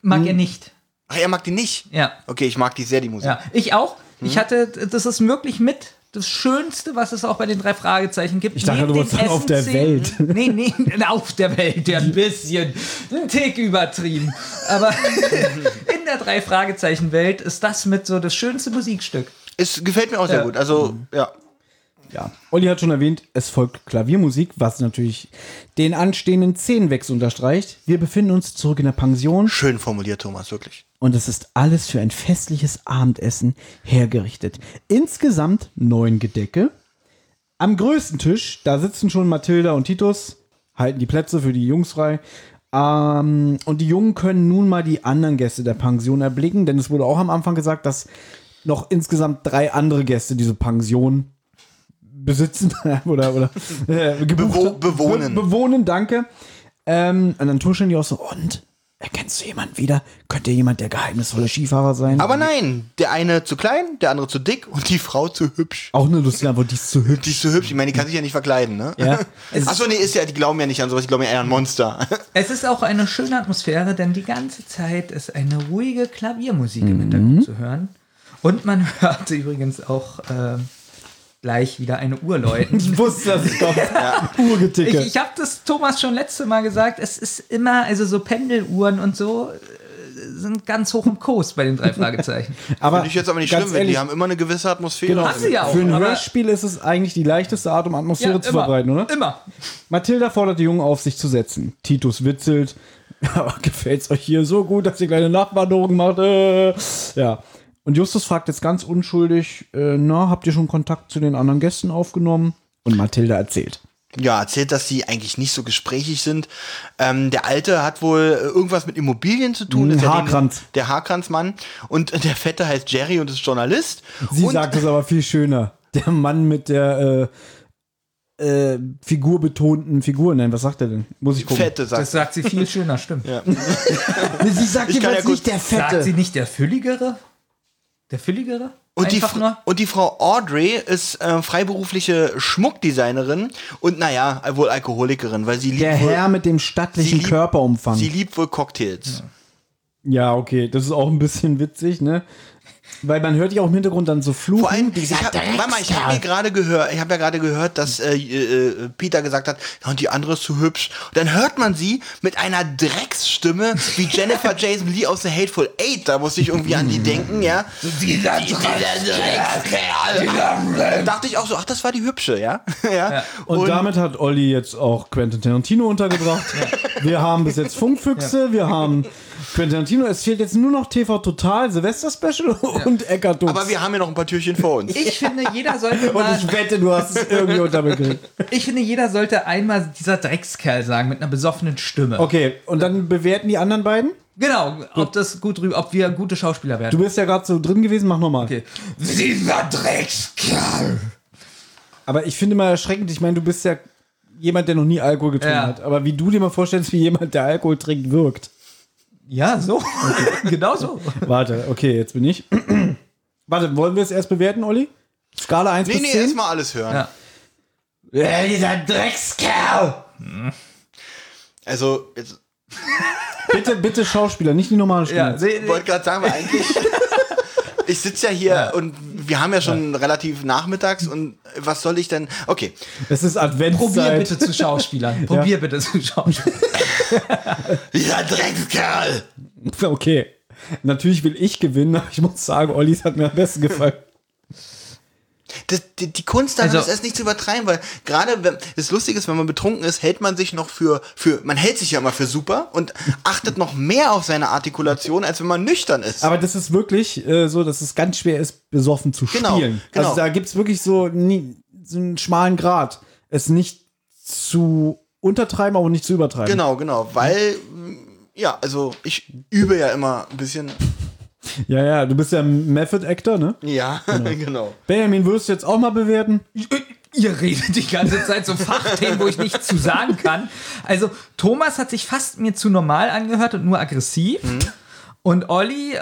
[SPEAKER 4] Mag
[SPEAKER 3] Mhm.
[SPEAKER 4] er nicht.
[SPEAKER 3] Ach, er mag die nicht?
[SPEAKER 4] Ja.
[SPEAKER 3] Okay, ich mag die sehr, die Musik.
[SPEAKER 4] Ja, ich auch.
[SPEAKER 2] Hm?
[SPEAKER 4] Ich hatte, das ist wirklich mit das Schönste, was es auch bei den drei Fragezeichen gibt. Ich
[SPEAKER 2] dachte, du wolltest sagen, auf der Welt.
[SPEAKER 4] Nee, nee, auf der Welt, ja, ein bisschen. Ein Tick übertrieben. Aber in der drei Fragezeichen Welt ist das mit so das schönste Musikstück.
[SPEAKER 3] Es gefällt mir auch sehr gut. Also, ja.
[SPEAKER 2] Ja. Olli hat schon erwähnt, es folgt Klaviermusik, was natürlich den anstehenden Szenenwechsel unterstreicht. Wir befinden uns zurück in der Pension
[SPEAKER 3] Schön formuliert, Thomas, wirklich.
[SPEAKER 2] und es ist alles für ein festliches Abendessen hergerichtet. Insgesamt neun Gedecke. Am größten Tisch, da sitzen schon Mathilda und Titus, halten die Plätze für die Jungs frei. Ähm, und die Jungen können nun mal die anderen Gäste der Pension erblicken, denn es wurde auch am Anfang gesagt, dass noch insgesamt drei andere Gäste diese Pension besitzen oder, oder äh, gebucht
[SPEAKER 3] Bewo-
[SPEAKER 2] haben.
[SPEAKER 3] bewohnen.
[SPEAKER 2] Be bewohnen, danke. Ähm, und dann tuscheln die auch so, und? Erkennst du jemanden wieder? Könnte jemand der geheimnisvolle Skifahrer sein?
[SPEAKER 4] Mhm.
[SPEAKER 3] Aber nein, der eine zu klein, der andere zu dick und die Frau zu hübsch.
[SPEAKER 2] Auch eine lustige Antwort, die ist zu hübsch.
[SPEAKER 3] Die ist so hübsch, ich meine, die kann sich ja nicht verkleiden, ne?
[SPEAKER 2] Ja.
[SPEAKER 3] Achso, nee, ist ja, die glauben ja nicht an sowas, die glauben ja eher an Monster.
[SPEAKER 4] Es ist auch eine schöne Atmosphäre, denn die ganze Zeit ist eine ruhige Klaviermusik
[SPEAKER 2] Mhm.
[SPEAKER 4] im Hintergrund zu hören. Und man hört übrigens auch ähm, gleich wieder eine Uhr läuten.
[SPEAKER 2] Ich wusste, dass es kommt.
[SPEAKER 4] Ich,
[SPEAKER 2] Urgeticke.
[SPEAKER 4] ich habe das Thomas schon letzte Mal gesagt, es ist immer, also so Pendeluhren und so äh, sind ganz hoch im Kurs bei den drei Fragezeichen.
[SPEAKER 2] aber
[SPEAKER 3] Finde ich jetzt aber nicht
[SPEAKER 2] ganz
[SPEAKER 3] schlimm, wenn
[SPEAKER 2] ehrlich,
[SPEAKER 3] die haben immer eine gewisse Atmosphäre.
[SPEAKER 2] Genau.
[SPEAKER 4] Hat sie ja auch,
[SPEAKER 2] Für ein
[SPEAKER 4] aber-
[SPEAKER 2] Hörspiel ist es eigentlich die leichteste Art, um Atmosphäre zu
[SPEAKER 4] immer,
[SPEAKER 2] verbreiten, oder?
[SPEAKER 4] Immer.
[SPEAKER 2] Mathilda fordert die Jungen auf, sich zu setzen. Titus witzelt. Aber gefällt's euch hier so gut, dass ihr kleine Nachwanderung macht? Äh. Ja. Und Justus fragt jetzt ganz unschuldig, äh, na, habt ihr schon Kontakt zu den anderen Gästen aufgenommen? Und Mathilda erzählt.
[SPEAKER 3] Ja, erzählt, dass sie eigentlich nicht so gesprächig sind. Ähm, der Alte hat wohl äh, irgendwas mit Immobilien zu tun.
[SPEAKER 2] Mm,
[SPEAKER 3] ist ja den-
[SPEAKER 2] Haarkranz.
[SPEAKER 3] Der Haarkranzmann. Und äh, der Fette heißt Jerry und ist Journalist.
[SPEAKER 2] Sie
[SPEAKER 3] und
[SPEAKER 2] sagt es aber viel schöner. Der Mann mit der äh, äh, figurbetonten Figur. Nein, was sagt er denn? Muss ich gucken.
[SPEAKER 3] Fette
[SPEAKER 4] Das
[SPEAKER 3] sagt.
[SPEAKER 4] sagt sie viel schöner, stimmt.
[SPEAKER 2] Sie sagt
[SPEAKER 3] Ich kann
[SPEAKER 2] jedenfalls
[SPEAKER 3] ja kurz-
[SPEAKER 2] der
[SPEAKER 4] Sagt sie nicht der Fülligere? Der Fülligere?
[SPEAKER 3] Und die,
[SPEAKER 4] Einfach
[SPEAKER 3] Fr-
[SPEAKER 4] nur?
[SPEAKER 3] und die Frau Audrey ist äh, freiberufliche Schmuckdesignerin und naja, wohl Alkoholikerin, weil sie liebt,
[SPEAKER 2] Der
[SPEAKER 3] wohl,
[SPEAKER 2] Herr mit dem
[SPEAKER 3] sie
[SPEAKER 2] stattlichen
[SPEAKER 3] liebt-
[SPEAKER 2] Körperumfang.
[SPEAKER 3] sie liebt wohl Cocktails.
[SPEAKER 2] Ja, okay, das ist auch ein bisschen witzig, ne? Weil man hört ja auch im Hintergrund dann so fluchen.
[SPEAKER 3] Vor allem, ich hab, warte mal, ich habe gerade gehört, ich habe ja gerade gehört, dass äh, äh, Peter gesagt hat, ja, und die andere ist zu hübsch. Und dann hört man sie mit einer Drecksstimme wie Jennifer Jason Lee aus The Hateful Eight. Da musste ich irgendwie an die denken, ja. Mhm. Dieser Dreckskerl. Dachte ich auch so, ach, das war die hübsche, ja. ja.
[SPEAKER 2] und, damit hat Olli jetzt auch Quentin Tarantino untergebracht. Wir haben bis jetzt Funkfüchse, wir haben Quentin Tarantino. Es fehlt jetzt nur noch TV Total, Silvester Special und Eckart
[SPEAKER 3] Aber wir haben ja noch ein paar Türchen vor uns.
[SPEAKER 4] Ich finde, jeder sollte
[SPEAKER 2] Und
[SPEAKER 4] mal,
[SPEAKER 2] ich wette, du hast es irgendwie unterbegriffen.
[SPEAKER 4] ich finde, jeder sollte einmal dieser Dreckskerl sagen mit einer besoffenen Stimme.
[SPEAKER 2] Okay, und dann bewerten die anderen beiden.
[SPEAKER 4] Genau, ob das gut rü- ob wir gute Schauspieler werden.
[SPEAKER 2] Du bist ja gerade so drin gewesen, mach nochmal.
[SPEAKER 4] Okay. Dieser Dreckskerl.
[SPEAKER 2] Aber ich finde mal erschreckend, ich meine, du bist ja jemand, der noch nie Alkohol getrunken
[SPEAKER 4] Ja.
[SPEAKER 2] hat. Aber wie du dir mal vorstellst, wie jemand, der Alkohol trinkt, wirkt.
[SPEAKER 4] Ja, so. genau so.
[SPEAKER 2] Warte, okay, jetzt bin ich. Warte, wollen wir es erst bewerten, Olli? Skala 1
[SPEAKER 3] Nee,
[SPEAKER 2] bis
[SPEAKER 3] nee,
[SPEAKER 2] 10?
[SPEAKER 3] erstmal alles hören.
[SPEAKER 4] Ja.
[SPEAKER 2] Äh, dieser Dreckskerl!
[SPEAKER 3] Also, jetzt
[SPEAKER 2] Bitte, bitte Schauspieler, nicht die normale
[SPEAKER 4] Ja,
[SPEAKER 2] Stimme.
[SPEAKER 4] nee,
[SPEAKER 3] Ich
[SPEAKER 4] nee.
[SPEAKER 3] wollte gerade sagen, weil eigentlich. Ich sitze ja hier und wir haben ja schon relativ nachmittags und was soll ich denn? Okay,
[SPEAKER 2] es ist
[SPEAKER 4] Probier
[SPEAKER 2] Adventszeit.
[SPEAKER 4] bitte zu Schauspielern. Probier bitte zu Schauspielern.
[SPEAKER 3] dieser Dreckskerl!
[SPEAKER 2] Okay. Natürlich will ich gewinnen, aber ich muss sagen, Ollis hat mir am besten gefallen.
[SPEAKER 3] Das, die, die Kunst daran
[SPEAKER 4] Also-
[SPEAKER 3] ist es nicht zu übertreiben, weil gerade wenn- das Lustige ist, wenn man betrunken ist, hält man sich noch für, für, man hält sich ja immer für super und achtet noch mehr auf seine Artikulation, als wenn man nüchtern ist.
[SPEAKER 2] Aber das ist wirklich äh, so, dass es ganz schwer ist, besoffen zu
[SPEAKER 3] Genau,
[SPEAKER 2] spielen.
[SPEAKER 3] genau.
[SPEAKER 2] Also da gibt es wirklich so, nie, so einen schmalen Grad. Es nicht zu untertreiben, aber nicht zu übertreiben.
[SPEAKER 3] genau, genau, weil, ja, also ich übe ja immer ein bisschen.
[SPEAKER 2] Ja, ja, du bist ja Method-Actor, ne?
[SPEAKER 3] Ja, genau.
[SPEAKER 2] Benjamin, würdest du jetzt auch mal bewerten?
[SPEAKER 4] Ihr redet die ganze Zeit so Fachthemen, wo ich nichts zu sagen kann. Also Thomas hat sich fast mir zu normal angehört und nur aggressiv. Und Olli, äh,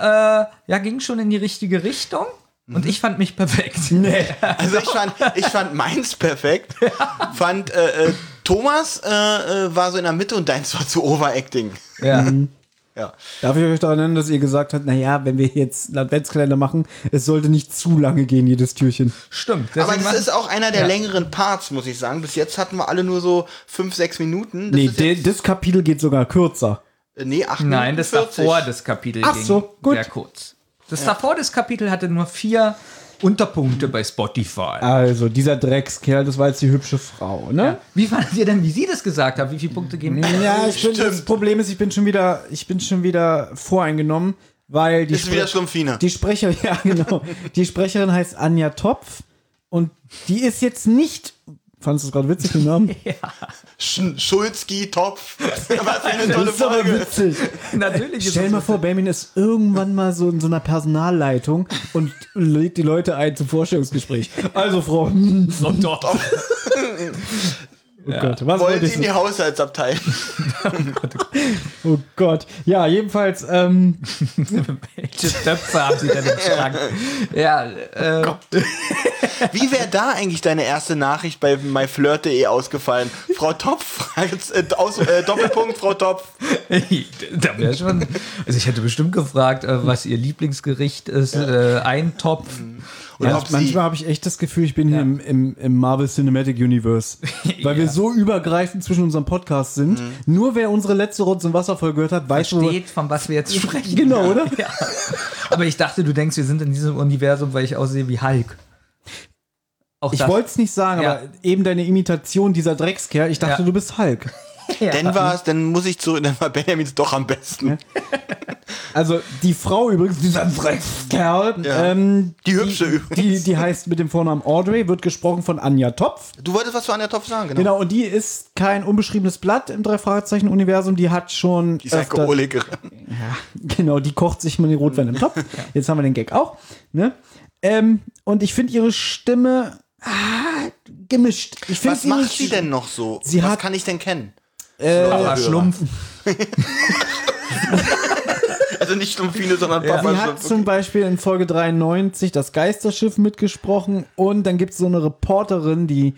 [SPEAKER 4] ja, ging schon in die richtige Richtung. Und ich fand mich perfekt. Nee.
[SPEAKER 3] Also ich fand, ich fand meins perfekt. Fand äh, äh, Thomas äh, äh, war so in der Mitte und deins war zu overacting.
[SPEAKER 4] Ja.
[SPEAKER 3] Ja.
[SPEAKER 2] Darf ich euch daran erinnern, dass ihr gesagt habt, naja, wenn wir jetzt einen Adventskalender machen, es sollte nicht zu lange gehen, jedes Türchen.
[SPEAKER 4] Stimmt.
[SPEAKER 3] Aber
[SPEAKER 4] deswegen
[SPEAKER 3] das ist
[SPEAKER 4] machen-
[SPEAKER 3] auch einer der
[SPEAKER 4] Ja.
[SPEAKER 3] längeren Parts, muss ich sagen. Bis jetzt hatten wir alle nur so fünf, sechs Minuten. Das
[SPEAKER 2] nee,
[SPEAKER 3] ist jetzt-
[SPEAKER 2] de- das Kapitel geht sogar kürzer.
[SPEAKER 3] äh, nee, acht
[SPEAKER 4] Nein,
[SPEAKER 3] Minuten
[SPEAKER 4] das
[SPEAKER 3] 40.
[SPEAKER 4] davor, das Kapitel
[SPEAKER 2] Ach
[SPEAKER 4] ging
[SPEAKER 2] so, gut.
[SPEAKER 4] sehr kurz. Das davor, das Kapitel hatte nur vier Unterpunkte bei Spotify.
[SPEAKER 2] Also, dieser Dreckskerl, das war jetzt die hübsche Frau, ne?
[SPEAKER 4] Wie fandet ihr denn, wie sie das gesagt hat? Wie viele Punkte geben?
[SPEAKER 2] Ja, ich bin, das Problem ist, ich bin schon wieder, ich bin schon wieder voreingenommen, weil die,
[SPEAKER 3] Ist wieder
[SPEAKER 2] Spre
[SPEAKER 3] Schlumpfine.
[SPEAKER 2] die Sprecherin, ja genau, die Sprecherin heißt Anja Topf und die ist jetzt nicht, fandest du es gerade witzig ne? den Namen?
[SPEAKER 3] Sch Schulzki-Topf. Was für eine tolle
[SPEAKER 2] das ist aber
[SPEAKER 3] Folge.
[SPEAKER 2] witzig.
[SPEAKER 4] Natürlich ist
[SPEAKER 2] Stell
[SPEAKER 4] es-
[SPEAKER 2] mal vor, Benjamin ist irgendwann mal so in so einer Personalleitung und lädt die Leute ein zum Vorstellungsgespräch. Also Frau, hm,
[SPEAKER 4] Oh, doch.
[SPEAKER 2] oh Gott, was
[SPEAKER 3] Wollen
[SPEAKER 2] wollte
[SPEAKER 3] Sie
[SPEAKER 2] ich
[SPEAKER 3] in die Haushaltsabteilung?
[SPEAKER 2] Oh Gott. Ja, jedenfalls, ähm,
[SPEAKER 4] Welche Töpfe haben sie denn im Schrank? Ja, äh,
[SPEAKER 3] Wie wäre da eigentlich deine erste Nachricht bei myflirt.de ausgefallen? Frau Topf, Frage- äh, aus, äh, Doppelpunkt, Frau Topf.
[SPEAKER 4] da wäre schon. Also ich hätte bestimmt gefragt, äh, was ihr Lieblingsgericht ist, äh, ein Topf.
[SPEAKER 2] Mhm.
[SPEAKER 3] Und
[SPEAKER 2] Ja,
[SPEAKER 3] ob sie-
[SPEAKER 2] manchmal habe ich echt das Gefühl, ich bin hier im, im, im Marvel Cinematic Universe. Weil wir so übergreifend zwischen unserem Podcast sind.
[SPEAKER 3] Mhm.
[SPEAKER 2] Nur wer unsere letzte Rot zum Wasserfall gehört hat, weiß schon.
[SPEAKER 4] Steht, von was wir jetzt sprechen.
[SPEAKER 2] Genau, oder?
[SPEAKER 4] Ja. Aber ich dachte, du denkst, wir sind in diesem Universum, weil ich aussehe wie Hulk. Auch
[SPEAKER 2] Ich
[SPEAKER 4] das-
[SPEAKER 2] wollte es nicht sagen,
[SPEAKER 4] Ja.
[SPEAKER 2] aber eben deine Imitation dieser Dreckskerl, ich dachte,
[SPEAKER 4] Ja.
[SPEAKER 2] du bist Hulk.
[SPEAKER 4] ja.
[SPEAKER 3] Dann war es, dann muss ich zurück, dann war Benjamins doch am besten.
[SPEAKER 2] Also die Frau übrigens, dieser Dreckskerl,
[SPEAKER 3] Ja.
[SPEAKER 2] ähm,
[SPEAKER 3] Die hübsche übrigens.
[SPEAKER 2] die, die heißt mit dem Vornamen Audrey, wird gesprochen von Anja Topf.
[SPEAKER 3] Du wolltest was zu Anja Topf sagen, genau.
[SPEAKER 2] Genau, und die ist kein unbeschriebenes Blatt im Drei-Fragezeichen-Universum, die hat schon.
[SPEAKER 3] Die ist halt Alkoholikerin.
[SPEAKER 2] Genau, die kocht sich mal den Rotwein im Topf. Jetzt haben wir den Gag auch. Ne? Ähm, und ich finde ihre Stimme ah, gemischt. Ich find
[SPEAKER 3] Was macht
[SPEAKER 2] nicht-
[SPEAKER 3] sie denn noch so?
[SPEAKER 2] Sie
[SPEAKER 3] was
[SPEAKER 2] hat-
[SPEAKER 3] kann ich denn kennen?
[SPEAKER 4] Papa Oh, Schlumpf.
[SPEAKER 3] Also nicht Schlumpfine, sondern Papa
[SPEAKER 2] Sie hat
[SPEAKER 3] Schlumpf.
[SPEAKER 2] zum Beispiel in Folge 93 das Geisterschiff mitgesprochen und dann gibt es so eine Reporterin, die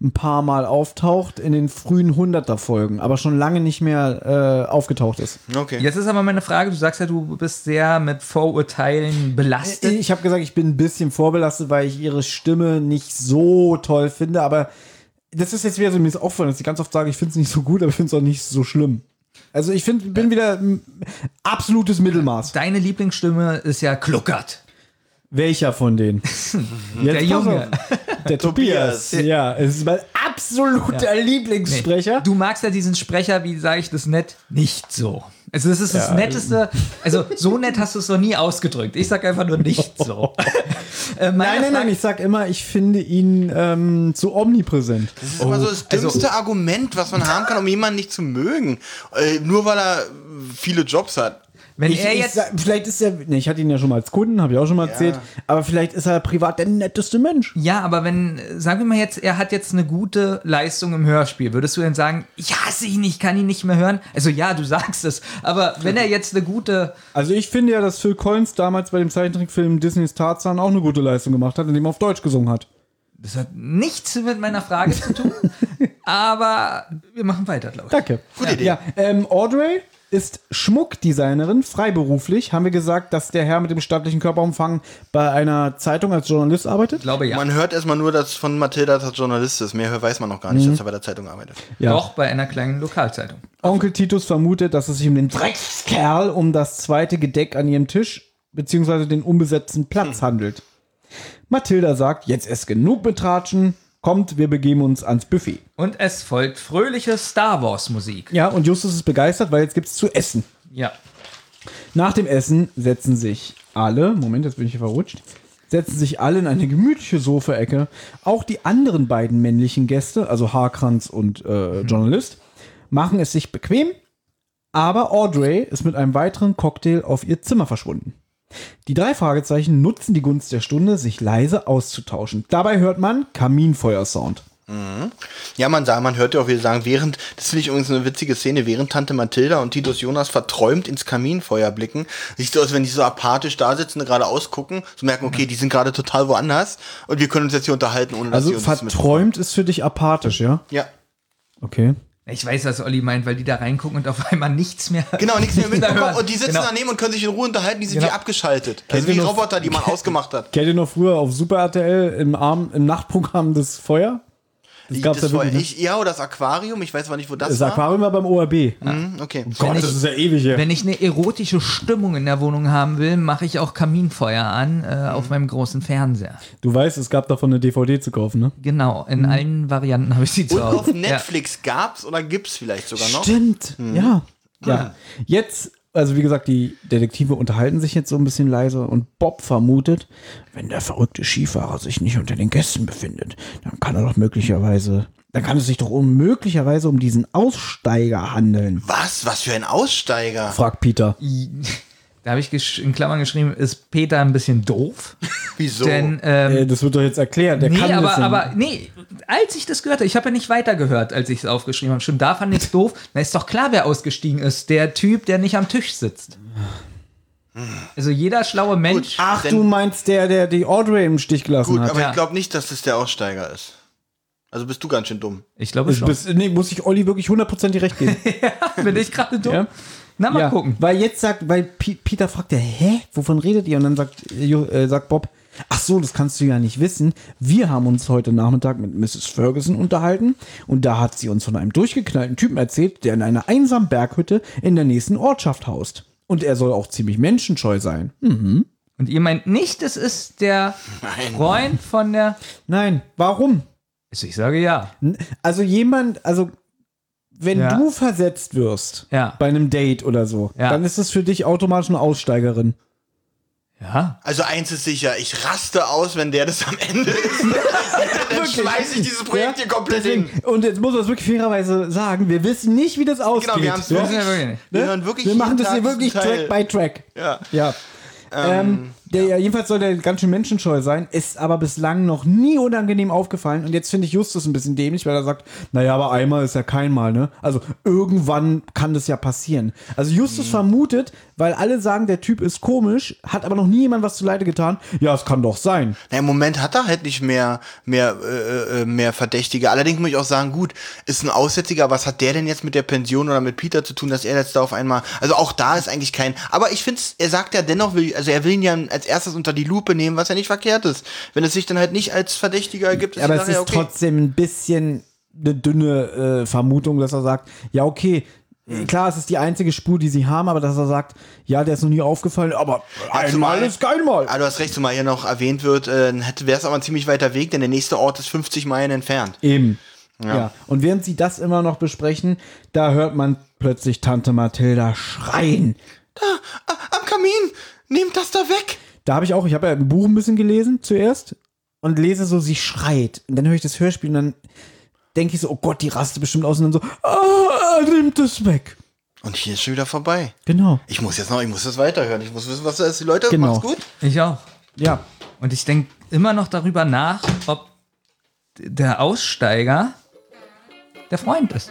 [SPEAKER 2] ein paar Mal auftaucht in den frühen 100er Folgen, aber schon lange nicht mehr äh, aufgetaucht ist.
[SPEAKER 3] Okay.
[SPEAKER 4] Jetzt ist aber meine Frage, du sagst ja, du bist sehr mit Vorurteilen belastet.
[SPEAKER 2] Äh, Ich habe gesagt, ich bin ein bisschen vorbelastet, weil ich ihre Stimme nicht so toll finde, aber das ist jetzt wieder so, mir ist aufgefallen, dass ich ganz oft sage, ich finde es nicht so gut, aber ich finde es auch nicht so schlimm. Also ich find, bin wieder mm, absolutes Mittelmaß.
[SPEAKER 4] Deine Lieblingsstimme ist ja Kluckert.
[SPEAKER 2] Welcher von denen? Jetzt
[SPEAKER 4] Der
[SPEAKER 2] pass
[SPEAKER 4] Junge.
[SPEAKER 2] auf. Der Tobias. Ja, es ist mein absoluter Lieblingssprecher.
[SPEAKER 4] Du magst ja diesen Sprecher, wie sage ich das nett, nicht so. Also das ist das Netteste, also so nett hast du es noch nie ausgedrückt. Ich sag einfach nur nicht so. Äh, meine
[SPEAKER 2] Nein, nein, nein,
[SPEAKER 4] Frage-
[SPEAKER 2] ich sag immer, ich finde ihn ähm, zu omnipräsent.
[SPEAKER 3] Das ist immer so das dümmste Argument, was man haben kann, um jemanden nicht zu mögen. Äh, nur weil er äh, viele Jobs hat.
[SPEAKER 4] Wenn
[SPEAKER 2] Ich,
[SPEAKER 4] er
[SPEAKER 2] ich
[SPEAKER 4] jetzt,
[SPEAKER 2] sag, vielleicht ist er, nee, ich hatte ihn ja schon mal als Kunden, habe ich auch schon mal erzählt, aber vielleicht ist er privat der netteste Mensch.
[SPEAKER 4] ja, aber wenn, äh, sagen wir mal jetzt, er hat jetzt eine gute Leistung im Hörspiel, würdest du denn sagen, ich hasse ihn, ich kann ihn nicht mehr hören? Also ja, du sagst es, aber wenn er jetzt eine gute,
[SPEAKER 2] Also ich finde ja, dass Phil Collins damals bei dem Zeichentrickfilm Disneys Tarzan auch eine gute Leistung gemacht hat, indem er auf Deutsch gesungen hat.
[SPEAKER 4] das hat nichts mit meiner Frage zu tun, aber wir machen weiter, glaube ich.
[SPEAKER 2] Danke.
[SPEAKER 3] Gute Idee.
[SPEAKER 2] Ja, ähm, Audrey ist Schmuckdesignerin, freiberuflich. Haben wir gesagt, dass der Herr mit dem stattlichen Körperumfang bei einer Zeitung als Journalist arbeitet?
[SPEAKER 4] Ich glaube ja.
[SPEAKER 3] Man hört erstmal nur, dass von Mathilda dass er Journalist ist. Mehr weiß man noch gar nicht, dass er bei der Zeitung arbeitet.
[SPEAKER 2] Ja.
[SPEAKER 4] Doch bei einer kleinen Lokalzeitung.
[SPEAKER 2] Onkel Titus vermutet, dass es sich um den Dreckskerl um das zweite Gedeck an ihrem Tisch beziehungsweise den unbesetzten Platz handelt. Mathilda sagt, jetzt ist genug mit Tratschen, kommt, wir begeben uns ans Buffet.
[SPEAKER 4] Und es folgt fröhliche Star Wars Musik.
[SPEAKER 2] Ja, und Justus ist begeistert, weil jetzt gibt's zu essen.
[SPEAKER 4] Ja.
[SPEAKER 2] Nach dem Essen setzen sich alle, Moment, jetzt bin ich hier verrutscht, setzen sich alle in eine gemütliche Sofaecke. Auch die anderen beiden männlichen Gäste, also Haarkranz und äh,
[SPEAKER 3] Mhm.
[SPEAKER 2] Journalist, machen es sich bequem. Aber Audrey ist mit einem weiteren Cocktail auf ihr Zimmer verschwunden. Die drei Fragezeichen nutzen die Gunst der Stunde, sich leise auszutauschen. Dabei hört man Kaminfeuersound.
[SPEAKER 3] Ja, man sah, man hört ja auch, wie sie sagen, während, das finde ich übrigens eine witzige Szene, während Tante Mathilda und Titus Jonas verträumt ins Kaminfeuer blicken, sieht so aus, wenn die so apathisch da sitzen, gerade ausgucken, so merken, okay, die sind gerade total woanders und wir können uns jetzt hier unterhalten, ohne dass sie
[SPEAKER 2] Also
[SPEAKER 3] uns das mit-
[SPEAKER 2] verträumt ist für dich apathisch, ja?
[SPEAKER 3] Ja.
[SPEAKER 2] Okay.
[SPEAKER 4] Ich weiß, was Olli meint, weil die da reingucken und auf einmal nichts mehr.
[SPEAKER 3] Genau, nichts mehr mitbekommen.
[SPEAKER 4] hören.
[SPEAKER 3] Und die sitzen
[SPEAKER 4] Genau.
[SPEAKER 3] daneben und können sich in Ruhe unterhalten, die sind
[SPEAKER 4] Genau.
[SPEAKER 3] wie abgeschaltet. Also
[SPEAKER 2] ihr
[SPEAKER 3] wie
[SPEAKER 2] noch-
[SPEAKER 3] Roboter, die man ausgemacht hat.
[SPEAKER 2] Kennt ihr noch früher auf Super RTL im, Arm, im Nachtprogramm das Feuer? Das gab's
[SPEAKER 3] das
[SPEAKER 2] ja
[SPEAKER 3] war
[SPEAKER 2] wirklich. ne?
[SPEAKER 3] ich, ja, oder das Aquarium, ich weiß aber nicht, wo das,
[SPEAKER 2] Das
[SPEAKER 3] war.
[SPEAKER 2] Aquarium war beim ORB.
[SPEAKER 3] Hm, okay.
[SPEAKER 2] Gott,
[SPEAKER 4] ich-
[SPEAKER 2] das ist ja ewig hier.
[SPEAKER 4] Wenn ich eine erotische Stimmung in der Wohnung haben will, mache ich auch Kaminfeuer an äh, auf meinem großen Fernseher.
[SPEAKER 2] Du weißt, es gab davon eine DVD zu kaufen, ne?
[SPEAKER 4] Genau, in allen Varianten habe ich sie
[SPEAKER 3] Mhm. Und
[SPEAKER 4] zu Hause.
[SPEAKER 3] auf Netflix gab's oder gibt's vielleicht sogar noch?
[SPEAKER 2] Stimmt,
[SPEAKER 4] Hm.
[SPEAKER 2] ja.
[SPEAKER 4] Ah.
[SPEAKER 2] ja. Jetzt, also wie gesagt, die Detektive unterhalten sich jetzt so ein bisschen leise und Bob vermutet, wenn der verrückte Skifahrer sich nicht unter den Gästen befindet, dann kann er doch möglicherweise, dann kann es sich doch um, möglicherweise um diesen Aussteiger handeln,
[SPEAKER 3] Was? Was für ein Aussteiger?
[SPEAKER 2] fragt Peter.
[SPEAKER 4] Ja. Da habe ich gesch- in Klammern geschrieben, ist Peter ein bisschen doof.
[SPEAKER 3] Wieso?
[SPEAKER 4] Denn ähm,
[SPEAKER 2] Äh, das wird doch jetzt erklärt, der kann
[SPEAKER 4] nee,
[SPEAKER 2] das
[SPEAKER 4] aber,
[SPEAKER 2] ja
[SPEAKER 4] aber nee, als ich das gehört habe, ich habe ja nicht weitergehört, als ich es aufgeschrieben habe. Schon da fand ich es doof. Na, ist doch klar, wer ausgestiegen ist. Der Typ, der nicht am Tisch sitzt. Also jeder schlaue Mensch.
[SPEAKER 2] Ach,
[SPEAKER 3] Denn-
[SPEAKER 2] du meinst der, der die Audrey im Stich gelassen
[SPEAKER 3] Gut,
[SPEAKER 2] hat.
[SPEAKER 3] aber
[SPEAKER 4] Ja.
[SPEAKER 3] ich glaube nicht, dass das der Aussteiger ist. Also bist du ganz schön dumm.
[SPEAKER 4] Ich glaube schon.
[SPEAKER 2] Bis, nee, muss ich Olli wirklich hundertprozentig recht geben.
[SPEAKER 4] Bin ich gerade dumm?
[SPEAKER 2] Ja.
[SPEAKER 4] Na, mal
[SPEAKER 2] ja,
[SPEAKER 4] gucken.
[SPEAKER 2] Weil jetzt sagt, weil Pi- Peter fragt ja, hä, wovon redet ihr? Und dann sagt, äh, Jo- äh, sagt Bob, ach so, das kannst du ja nicht wissen. Wir haben uns heute Nachmittag mit Mrs. Ferguson unterhalten und da hat sie uns von einem durchgeknallten Typen erzählt, der in einer einsamen Berghütte in der nächsten Ortschaft haust. Und er soll auch ziemlich menschenscheu sein. Hm.
[SPEAKER 4] Und ihr meint nicht, es ist der
[SPEAKER 3] Nein.
[SPEAKER 4] Freund von der.
[SPEAKER 2] Nein, warum?
[SPEAKER 4] Also ich sage ja.
[SPEAKER 2] N- Also jemand, also wenn
[SPEAKER 4] Ja.
[SPEAKER 2] du versetzt wirst
[SPEAKER 4] Ja.
[SPEAKER 2] bei einem Date oder so,
[SPEAKER 4] Ja.
[SPEAKER 2] dann ist es für dich automatisch eine Aussteigerin.
[SPEAKER 4] Ja.
[SPEAKER 3] Also eins ist sicher, ich raste aus, wenn der das am Ende ist. Dann schmeiß ich dieses Projekt hier komplett
[SPEAKER 2] Deswegen,
[SPEAKER 3] hin.
[SPEAKER 2] und jetzt muss man es wirklich fairerweise sagen, wir wissen nicht, wie das ausgeht.
[SPEAKER 3] Genau, wir haben's
[SPEAKER 2] ja?
[SPEAKER 4] Das ist ja wirklich nicht.
[SPEAKER 3] Wir hören wirklich
[SPEAKER 2] ne? wir machen
[SPEAKER 3] jeden
[SPEAKER 2] das
[SPEAKER 3] Tag
[SPEAKER 2] hier wirklich
[SPEAKER 3] diesen Teil.
[SPEAKER 2] Track by Track.
[SPEAKER 3] Ja.
[SPEAKER 2] Ja. Ähm, der, ja. Jedenfalls soll der ganz schön menschenscheu sein, ist aber bislang noch nie unangenehm aufgefallen. Und jetzt finde ich Justus ein bisschen dämlich, weil er sagt, naja, aber einmal ist ja kein Mal, ne? Also irgendwann kann das ja passieren. Also Justus
[SPEAKER 3] Mhm.
[SPEAKER 2] vermutet, weil alle sagen, der Typ ist komisch, hat aber noch nie jemand was zu Leide getan. Ja, es kann doch sein.
[SPEAKER 3] Na, Im Moment hat er halt nicht mehr, mehr, äh, äh, mehr Verdächtige. Allerdings muss ich auch sagen, gut, ist ein Aussätziger, was hat der denn jetzt mit der Pension oder mit Peter zu tun, dass er jetzt da auf einmal, also auch da ist eigentlich kein, aber ich finde er sagt ja dennoch, will, also er will ihn ja als erstes unter die Lupe nehmen, was ja nicht verkehrt ist. Wenn es sich dann halt nicht als Verdächtiger ergibt, ist
[SPEAKER 2] aber
[SPEAKER 3] die
[SPEAKER 2] es
[SPEAKER 3] Sache
[SPEAKER 2] ist
[SPEAKER 3] ja
[SPEAKER 2] trotzdem ein bisschen eine dünne äh, Vermutung, dass er sagt, ja, okay, äh, klar, es ist die einzige Spur, die sie haben, aber dass er sagt, ja, der ist noch nie aufgefallen, aber einmal
[SPEAKER 3] zumal-
[SPEAKER 2] ist kein Mal.
[SPEAKER 3] Ah, du hast recht, zumal hier noch erwähnt wird, äh, wäre es aber ein ziemlich weiter Weg, denn der nächste Ort ist 50 Meilen entfernt.
[SPEAKER 2] Eben. Ja. Und während sie das immer noch besprechen, da hört man plötzlich Tante Mathilda schreien.
[SPEAKER 3] Am Kamin! Nehmt das da weg!
[SPEAKER 2] Da habe ich auch, ich habe ja ein Buch ein bisschen gelesen zuerst und lese so, sie schreit. Und dann höre ich das Hörspiel und dann denke ich so, oh Gott, die raste bestimmt aus und dann so, ah, nimmt es weg.
[SPEAKER 3] Und hier ist schon wieder vorbei.
[SPEAKER 2] Genau.
[SPEAKER 3] Ich muss jetzt noch, ich muss das weiterhören. Ich muss wissen, was das ist. Die Leute,
[SPEAKER 2] Genau.
[SPEAKER 3] macht's gut.
[SPEAKER 4] Ich auch.
[SPEAKER 2] Ja.
[SPEAKER 4] Und ich denke immer noch darüber nach, ob d- der Aussteiger der Freund ist.